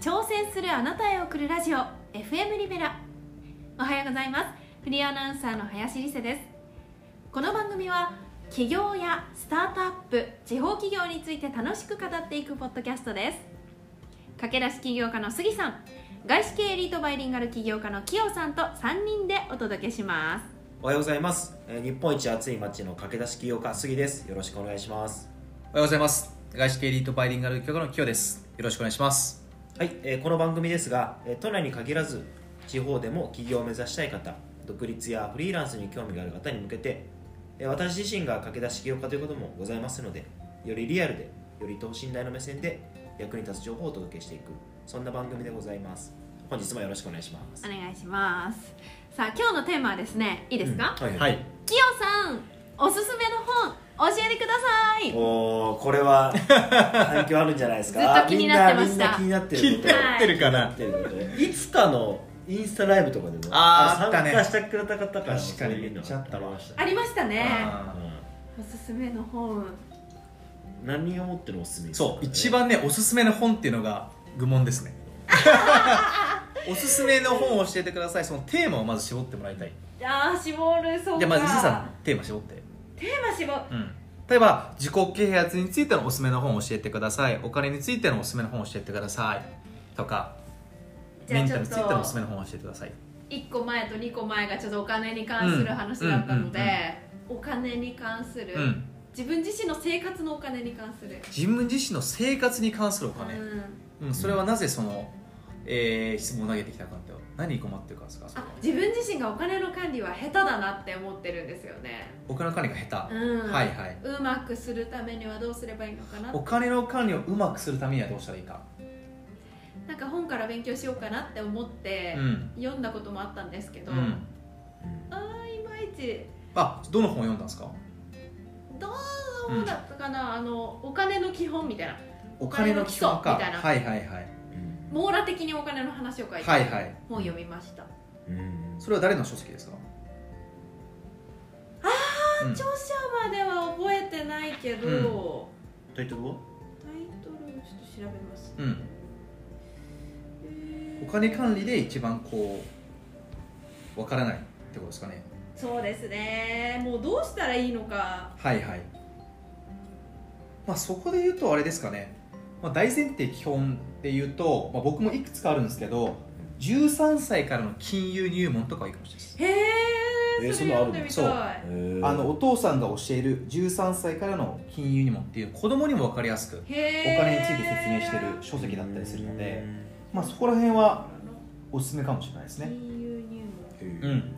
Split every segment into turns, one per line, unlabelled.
挑戦するあなたへ送るラジオ FM リベラおはようございますフリーアナウンサーの林理瀬ですこの番組は起業やスタートアップ地方企業について楽しく語っていくポッドキャストです駆け出し起業家の杉さん外資系エリートバイリンガル起業家のキヨさんと3人でお届けします
おはようございます、えー日本一暑い町の駆け出し起業家杉ですよろしくお願いします
おはようございます外資系リートバイリンガル局のキヨですよろしくお願いします
はい、えーこの番組ですが、えー都内に限らず地方でも起業を目指したい方独立やフリーランスに興味がある方に向けて、えー私自身が駆け出し起業家ということもございますのでよりリアルでより等身大の目線で役に立つ情報をお届けしていくそんな番組でございます本日もよろしくお願いします
お願いしますさあ今日のテーマはですねいいですか、
うんはい、
はい
キヨさんおすすめの本教えてください
おーこれは反響あるんじゃないですか
ずっと気になってました
みんなみんな気になってること
気になって
るかな
気になってることいつかのインスタライブとかでも
あーあった
参
ね
加してくれた方からも
確かに
そういうの
めっちゃあったわ
ありました
ありましたね
あ
おすすめの本
うん何を持ってのおすすめ
ー
ですかね
そう一番ねおすすめの本っていうのが愚問です ねおすすめの本を教えてくださいそのテーマをまず絞ってもらいたい
ああ絞るそうか
じゃあまずリサさんテーマ絞って
テーマ絞る
うん例えば自己啓発についてのおすすめの本を教えてくださいお金についてのおすすめの本を教えてくださいとか
じ
メ
ゃあ
ン
ち
タ
ょ
ル
っ
についてのおすす
と
めの本を教えてください
1個前と2個前がちょっとお金に関する話だったので、
うんうん
お金に関する、
うん
自分自身の生活のお金に関する
自分自身の生活に関するお金、
うん、
うん、それはなぜその、えー質問を投げてきたかって何に困ってるかですか
あ自分自身がお金の管理は下手だなって思ってるんですよね、
お金の管理が下
う
手、
ん
はいはい、
うまくするためにはどうすればいいのかな
お金の管理をうまくするためにはどうしたらいいか、
なんか本から勉強しようかなって思っ
う
て、
ん
読んだこともあったんですけど、
うん、
うん
いまいち
あどの本を読んだんですか
そうだったかな、あのお金の基本みたいな
お
金の基礎
か
みたいな
はいはいはい
うん
網羅的にお金の話を書いて、
はいはい
本読みました、
うん
それは誰の書籍ですかああ、うん
著者までは覚えてないけど、
うん
タイトルを
タイトルをちょっと調べます、
うん
えー
お金管理で一番こうわからないってことですかね
そうですねもうどうしたらいいのか
はいはいまあそこで言うとあれですかね、まあ、大前提基本で言うと、まあ、僕もいくつかあるんですけど13歳からの金融入門とかはいいかもしれないです
へえ
えー
それ
そんなのあ
読んで
るの
みた
そう
い
あのお父さんが教える13歳からの金融入門っていう子供にも分かりやすく
へ
お
え
金について説明してる書籍だったりするので、まあ、そこら辺はおすすめかもしれないですね
金融入
うん
うん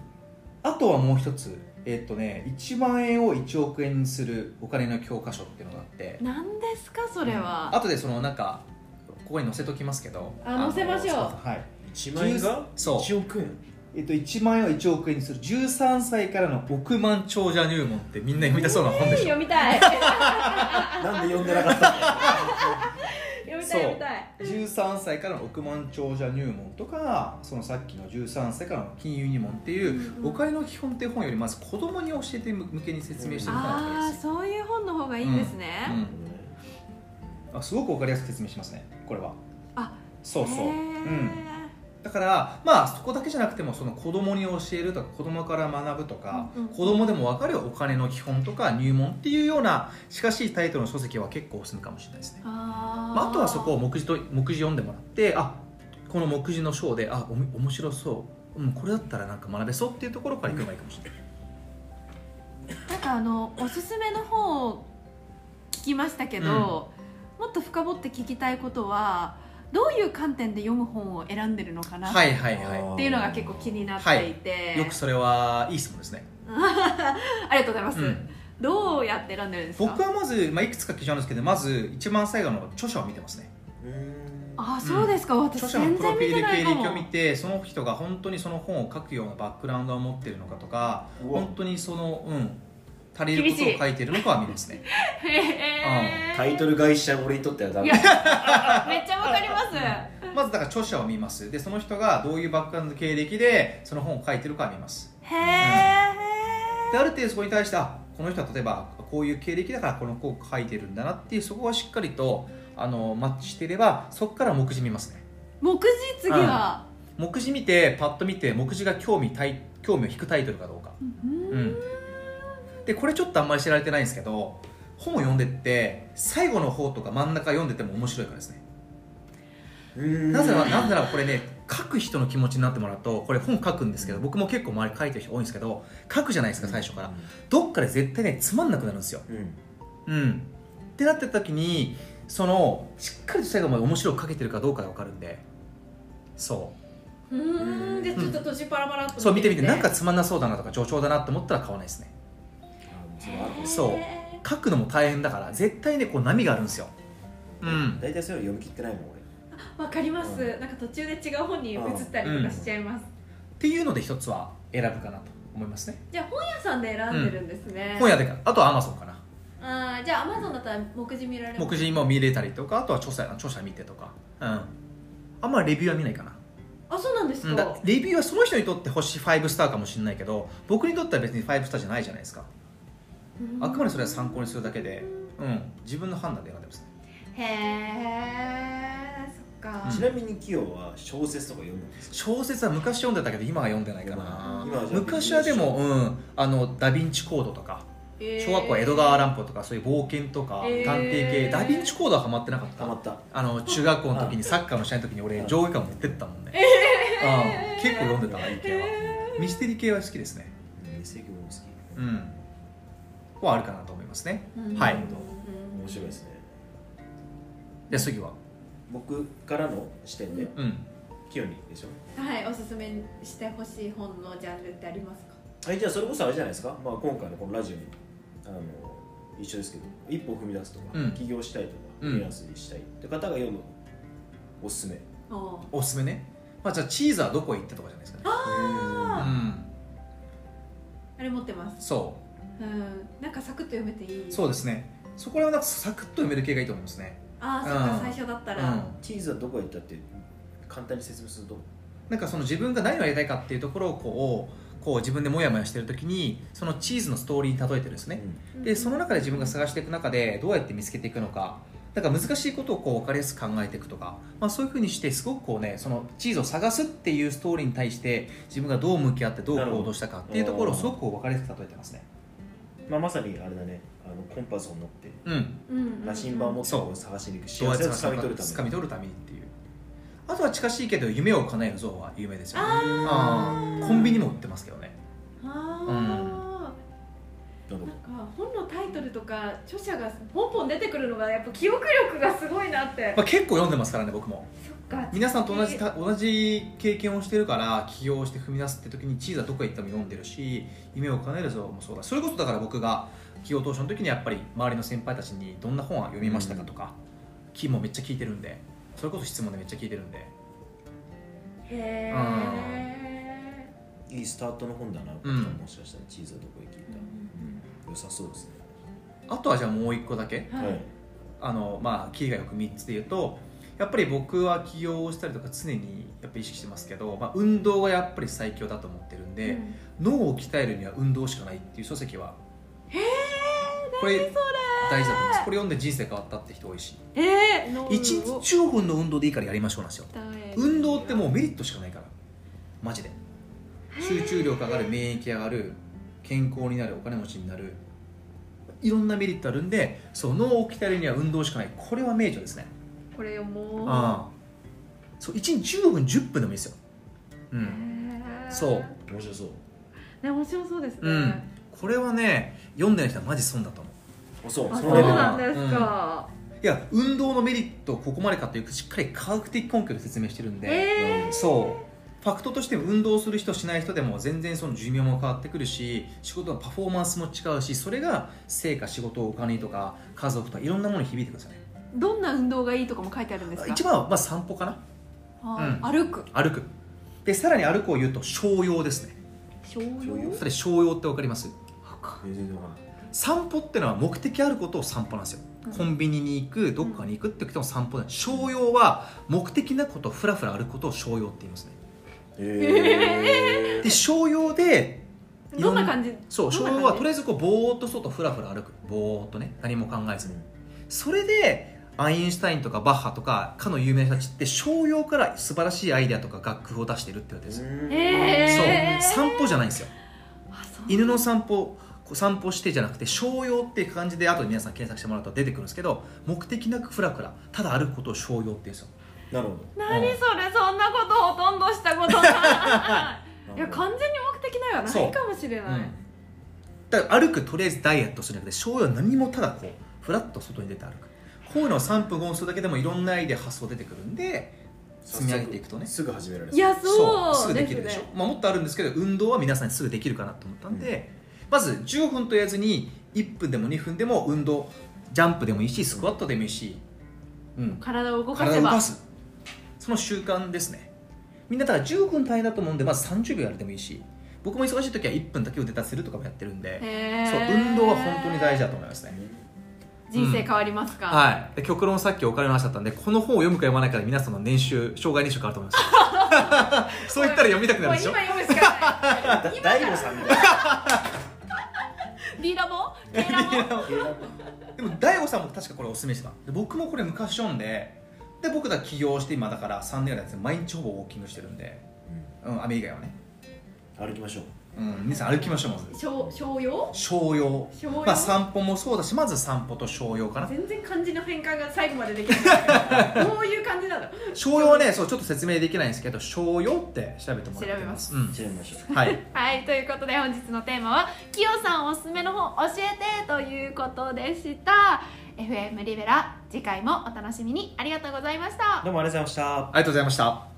あとはもう一つえっとね1万円を1億円にするお金の教科書っていうのがあって
門何ですかそれは、
後でそのなんかここに載せときますけど
あ載せましょう
あのはい
1万円が
そう
1億円
えっと、1万円を1億円にする13歳からの億万長者入門ってみんな読みたそうな本でし
読
ょ、
みたい
なんで読んでなかったの
読みた
そう
い読みたい
13歳からの億万長者入門とかそのさっきの13歳からの金融入門っていう、
うんうん
お金の基本っていう本よりまず子供に教えて向けに説明してみたら
ああそういう本の方がいいんですね、
うん、あすごくわかりやすく説明しますねこれは
あ
そうそう、
へ
う
ー
ん、だからまあそこだけじゃなくてもその子供に教えるとか子供から学ぶとか、
うんうん
子供でも分かるお金の基本とか入門っていうような近しいタイトルの書籍は結構おすすめかもしれないですね
あ
ま
ー
あ、あとはそこを目次と目次読んでもらってあこの目次の章であおも面白そう、うん、これだったらなんか学べそうっていうところからいくのがいいかもしれない、
なんかあのおすすめの本を聞きましたけど、
うん
もっと深掘って聞きたいことはどういう観点で読む本を選んでるのかなっ
はいはいは
ていうのが結構気になっていて、
いよくそれはいい質問ですね、
ありがとうございます、
うん、
どうやって選んでるんですか
僕はまず、まあ、いくつか基準あるんですけどまず一番最後の著者を見てますね
うん
あそうですか、私
著者の
全
プロ
然
フ
見
ィー
て
ル
ない
経
か
歴
も
を見てその人が本当にその本を書くようなバックグラウンドを持っているのかとか
うわ
本当にそのうん足りることを書いているのかは見ま すね
へー
タイトル外しちゃう俺にとってはダ
い
メ
やめっちゃわかります
まずだから著者を見ますでその人がどういうバックグラウンド経歴でその本を書いてるかは見ます
へえ
である程度そこに対してあこの人は例えばこういう経歴だからこの本を書いてるんだなっていうそこはしっかりとあのマッチしていればそこから目次見ますね
目次次は、
目次見てパッと見て目次が興味たい興味を引くタイトルかどうか、
うん
うん、でこれちょっとあんまり知られてないんですけど本を読んでって最後の方とか真ん中読んでても面白いからですねなぜならなぜならこれね書く人の気持ちになってもらうとこれ本書くんですけど僕も結構周り書いてる人多いんですけど書くじゃないですか最初からどっかで絶対ねつまんなくなるんですよ
うん、うん
うんってなってた時にそのしっかりと最後まで面白く書けてるかどうかが分かるんでそ
う
う
ーんでちょっと途中パラパラっと
そう見てみてなんかつまんなそうだなとか冗長だなって思ったら買わないですね
あそれはある
へー
そう書くのも大変だから絶対ねこう波があるんですようん
大体そういうの読み切ってないもん俺
わかります、
う
なんか途中で違う本に移ったりとかしちゃいます、
っていうので一つは選ぶかなと思いますね
じゃあ本屋さんで選んでるんですね、
本屋でかあとはアマゾンかな
あーじゃあアマゾンだったら目次見られます
目次も見れたりとかあとは著者著者見てとかうんあんまレビューは見ないかな、
あそうなんです
うん、
か、
だレビューはその人にとって星5スターかもしれないけど僕にとっては別に5スターじゃないじゃないですかあくまでそれは参考にするだけでうん自分の判断で選んでますね
へえそっか、
ちなみにキヨは小説とか読むんですか
小説は昔読んでたけど今は読んでないかな
今はじゃあ
昔はでも、うん、あのダ・ヴィンチ・コードとか
えー
小学校は江戸川乱歩とかそういう冒険とか探
えー
偵系、ダ・ヴィンチ・コードはハマってなかった
たまった
あの中学校の時にサッカーの試合の時に俺
うん
上下巻持ってったもんね、うん、結構読んでたな理系はミステリー系は好きですね
うん正規も好き
うんはあるかなと思いますね
うん
はい
うん
面白いですね
で次は
僕からの視点で
うん
キヨにでしょ
はいおすすめしてほしい本のジャンルってありますか
はいじゃあそれこそあれじゃないですかまあ今回のこのラジオにあの一緒ですけど一歩踏み出すとか
うん
起業したいとか
うん
フリーランスにしたいって方が読むおすすめ
おー
おすすめね、まあ、じゃあチーズはどこへ行ってとかじゃないですかね
あ
うん
あれ持ってます
そ
うんなんかサクッと読めていいう
そうですねそこら辺はなんかサクッと読める系がいいと思いますね
ああそっか、
うん
最初だった
う
ら、
ん
チーズはどこへ行ったって簡単に説明すると
なんかその自分が何をやりたいかっていうところをこうこう自分でモヤモヤしてる時にそのチーズのストーリーに例えてるんですね
うん
でその中で自分が探していく中でどうやって見つけていくのかなんか難しいことをこう分かりやすく考えていくとか、まあ、そういうふうにしてすごくこうねそのチーズを探すっていうストーリーに対して自分がどう向き合ってどう行動したかっていうところをすごくこう分かりやすく例えてますね
まあまさにあれだねあのコンパスを持って
うん
うんうんうん
羅針盤を持って
そう
こう探しに行く
どう
幸
やって
せを
探
つ
すの
かみ取る
か
ため
掴み取るためにっていうあとは近しいけど夢を叶える像は有名ですよね
あー
うんコンビニも売ってますけどね
あ
な
ー
る
なんか本のタイトルとか著者がポンポン出てくるのがやっぱ記憶力がすごいなって
まあ、結構読んでますからね僕も
そっか
皆さんと同じた同じ経験をしてるから起業して踏み出すって時にチーズはどこへ行っても読んでるし夢を叶えるぞもそうだそれこそだから僕が起業当初の時にやっぱり周りの先輩たちにどんな本は読みましたかとか、キーもめっちゃ聞いてるんでそれこそ質問でめっちゃ聞いてるんで
へえ
ほどいいスタートの本だな、
うん
もしかしたらチーズはどこへ聞いた、うん良さそうですね
あとはじゃあもう一個だけ
はい、
あのまあキーがよく3つで言うとやっぱり僕は起業をしたりとか常にやっぱ意識してますけど、まあ、運動がやっぱり最強だと思ってるんで、
うん
脳を鍛えるには運動しかないっていう書籍は
へえ
これ
そ
大事だと思いますこれ読んで人生変わったって人多いし
れえー、
1日15分の運動でいいからやりましょうなんですよ運動ってもうメリットしかないからマジで集中力上がる免疫上がる健康になるお金持ちになるいろんなメリットあるんでそう脳を鍛えるには運動しかないこれは名著ですね
これをもう
ああそう1日15分10分でもいいですよう
へ
ん
ー
そう
面白そう
ね面白そうですね、
うんこれはね読んでない人はマジ損だと思う
あそう
あ
そ
そ
の
う
レベル
なんですか、
いや運動のメリットここまでかというしっかり科学的根拠で説明してるんで、
えー、
そうファクトとして運動する人しない人でも全然その寿命も変わってくるし仕事のパフォーマンスも違うしそれが成果仕事お金とか家族とかいろんなものに響いてくるんです
どんな運動がいいとかも書いてあるんです
よ
か
ね一番はまあ散歩かな
あー歩く
歩くでさらに歩くを言うと商用ですね
商
商用
用
それ商用って分かります
全然わかんない
散歩ってのは目的あることを散歩なんですよ
うん
コンビニに行くどっかに行くって言っても散歩だ商用は目的なことふらふら歩くことを商用って言いますね
へ
で商用で
どんな感じ
そ
ど
う
ん
商
な感じ
用はとりあえずこうぼーっと外ふらふら歩くぼーっとね何も考えずに
ー
それでアインシュタインとかバッハとかかの有名な人たちって商用から素晴らしいアイデアとか楽譜を出してるってわけですよ、
えー
そう散歩じゃないんですよ
あそう
犬の散歩こう散歩してじゃなくて商用っていう感じで後で皆さん検索してもらうと出てくるんですけど目的なくふらふらただ歩くことを商用って言うんですよ
なるほ
何それそんなことほとんどしたことない
ど
いや完全に目的ないはないかもしれない、
だから歩くとりあえずダイエットするんじゃなくて商用は何もただこうふらっと外に出て歩くこういうのを3分5分するだけでもいろんなアイデア発想出てくるんで積み上げていくとね
すぐ始められ
いや
す
そう
ぐで
で
き
す
るでしょ
ね
まあ、もっとあるんですけど運動は皆さんにすぐできるかなと思ったんで、まず15分と言わずに1分でも2分でも運動ジャンプでもいいしスクワットでもいいし、うん、
体を動か
体
せ
を動
ば
かすその習慣ですねみんなだから15分大変だと思うんでまず30秒やるでもいいし僕も忙しい時は1分だけを出たするとかもやってるんで
へー
そう運動は本当に大事だと思いますね
人生変わりますか、
はいで極論さっきお金の話だったんでこの本を読むか読まないかで皆さんの年収障害年収変わると思います そう言ったら読みたくな
もう
る
今
でしょ
読むしか
だ
今か ら
大悟さんみたいな
ない D ラ ボ D ラボ
でも大悟さんも確かこれおすすめしてたで僕もこれ昔読んでで僕だから起業して今だから3年ぐらいですね毎日ほぼウォーキングしてるんで、うん、雨以外はね、
歩きましょう
うん、皆さん歩きましょうまず
商商用
商用
商用
まあ散歩もそうだしまず散歩と商用かな
全然漢字の変換が最後までできな いどういう感じなの
商用はねそうちょっと説明できないんですけど商用って調べてもらって調べま
調べましょう
す、うん、はい
はいということで本日のテーマは「きよさんおすすめの本教えて」ということでした FM リベラ次回もお楽しみにありがとうございました
どうもありがとうございました
ありがとうございました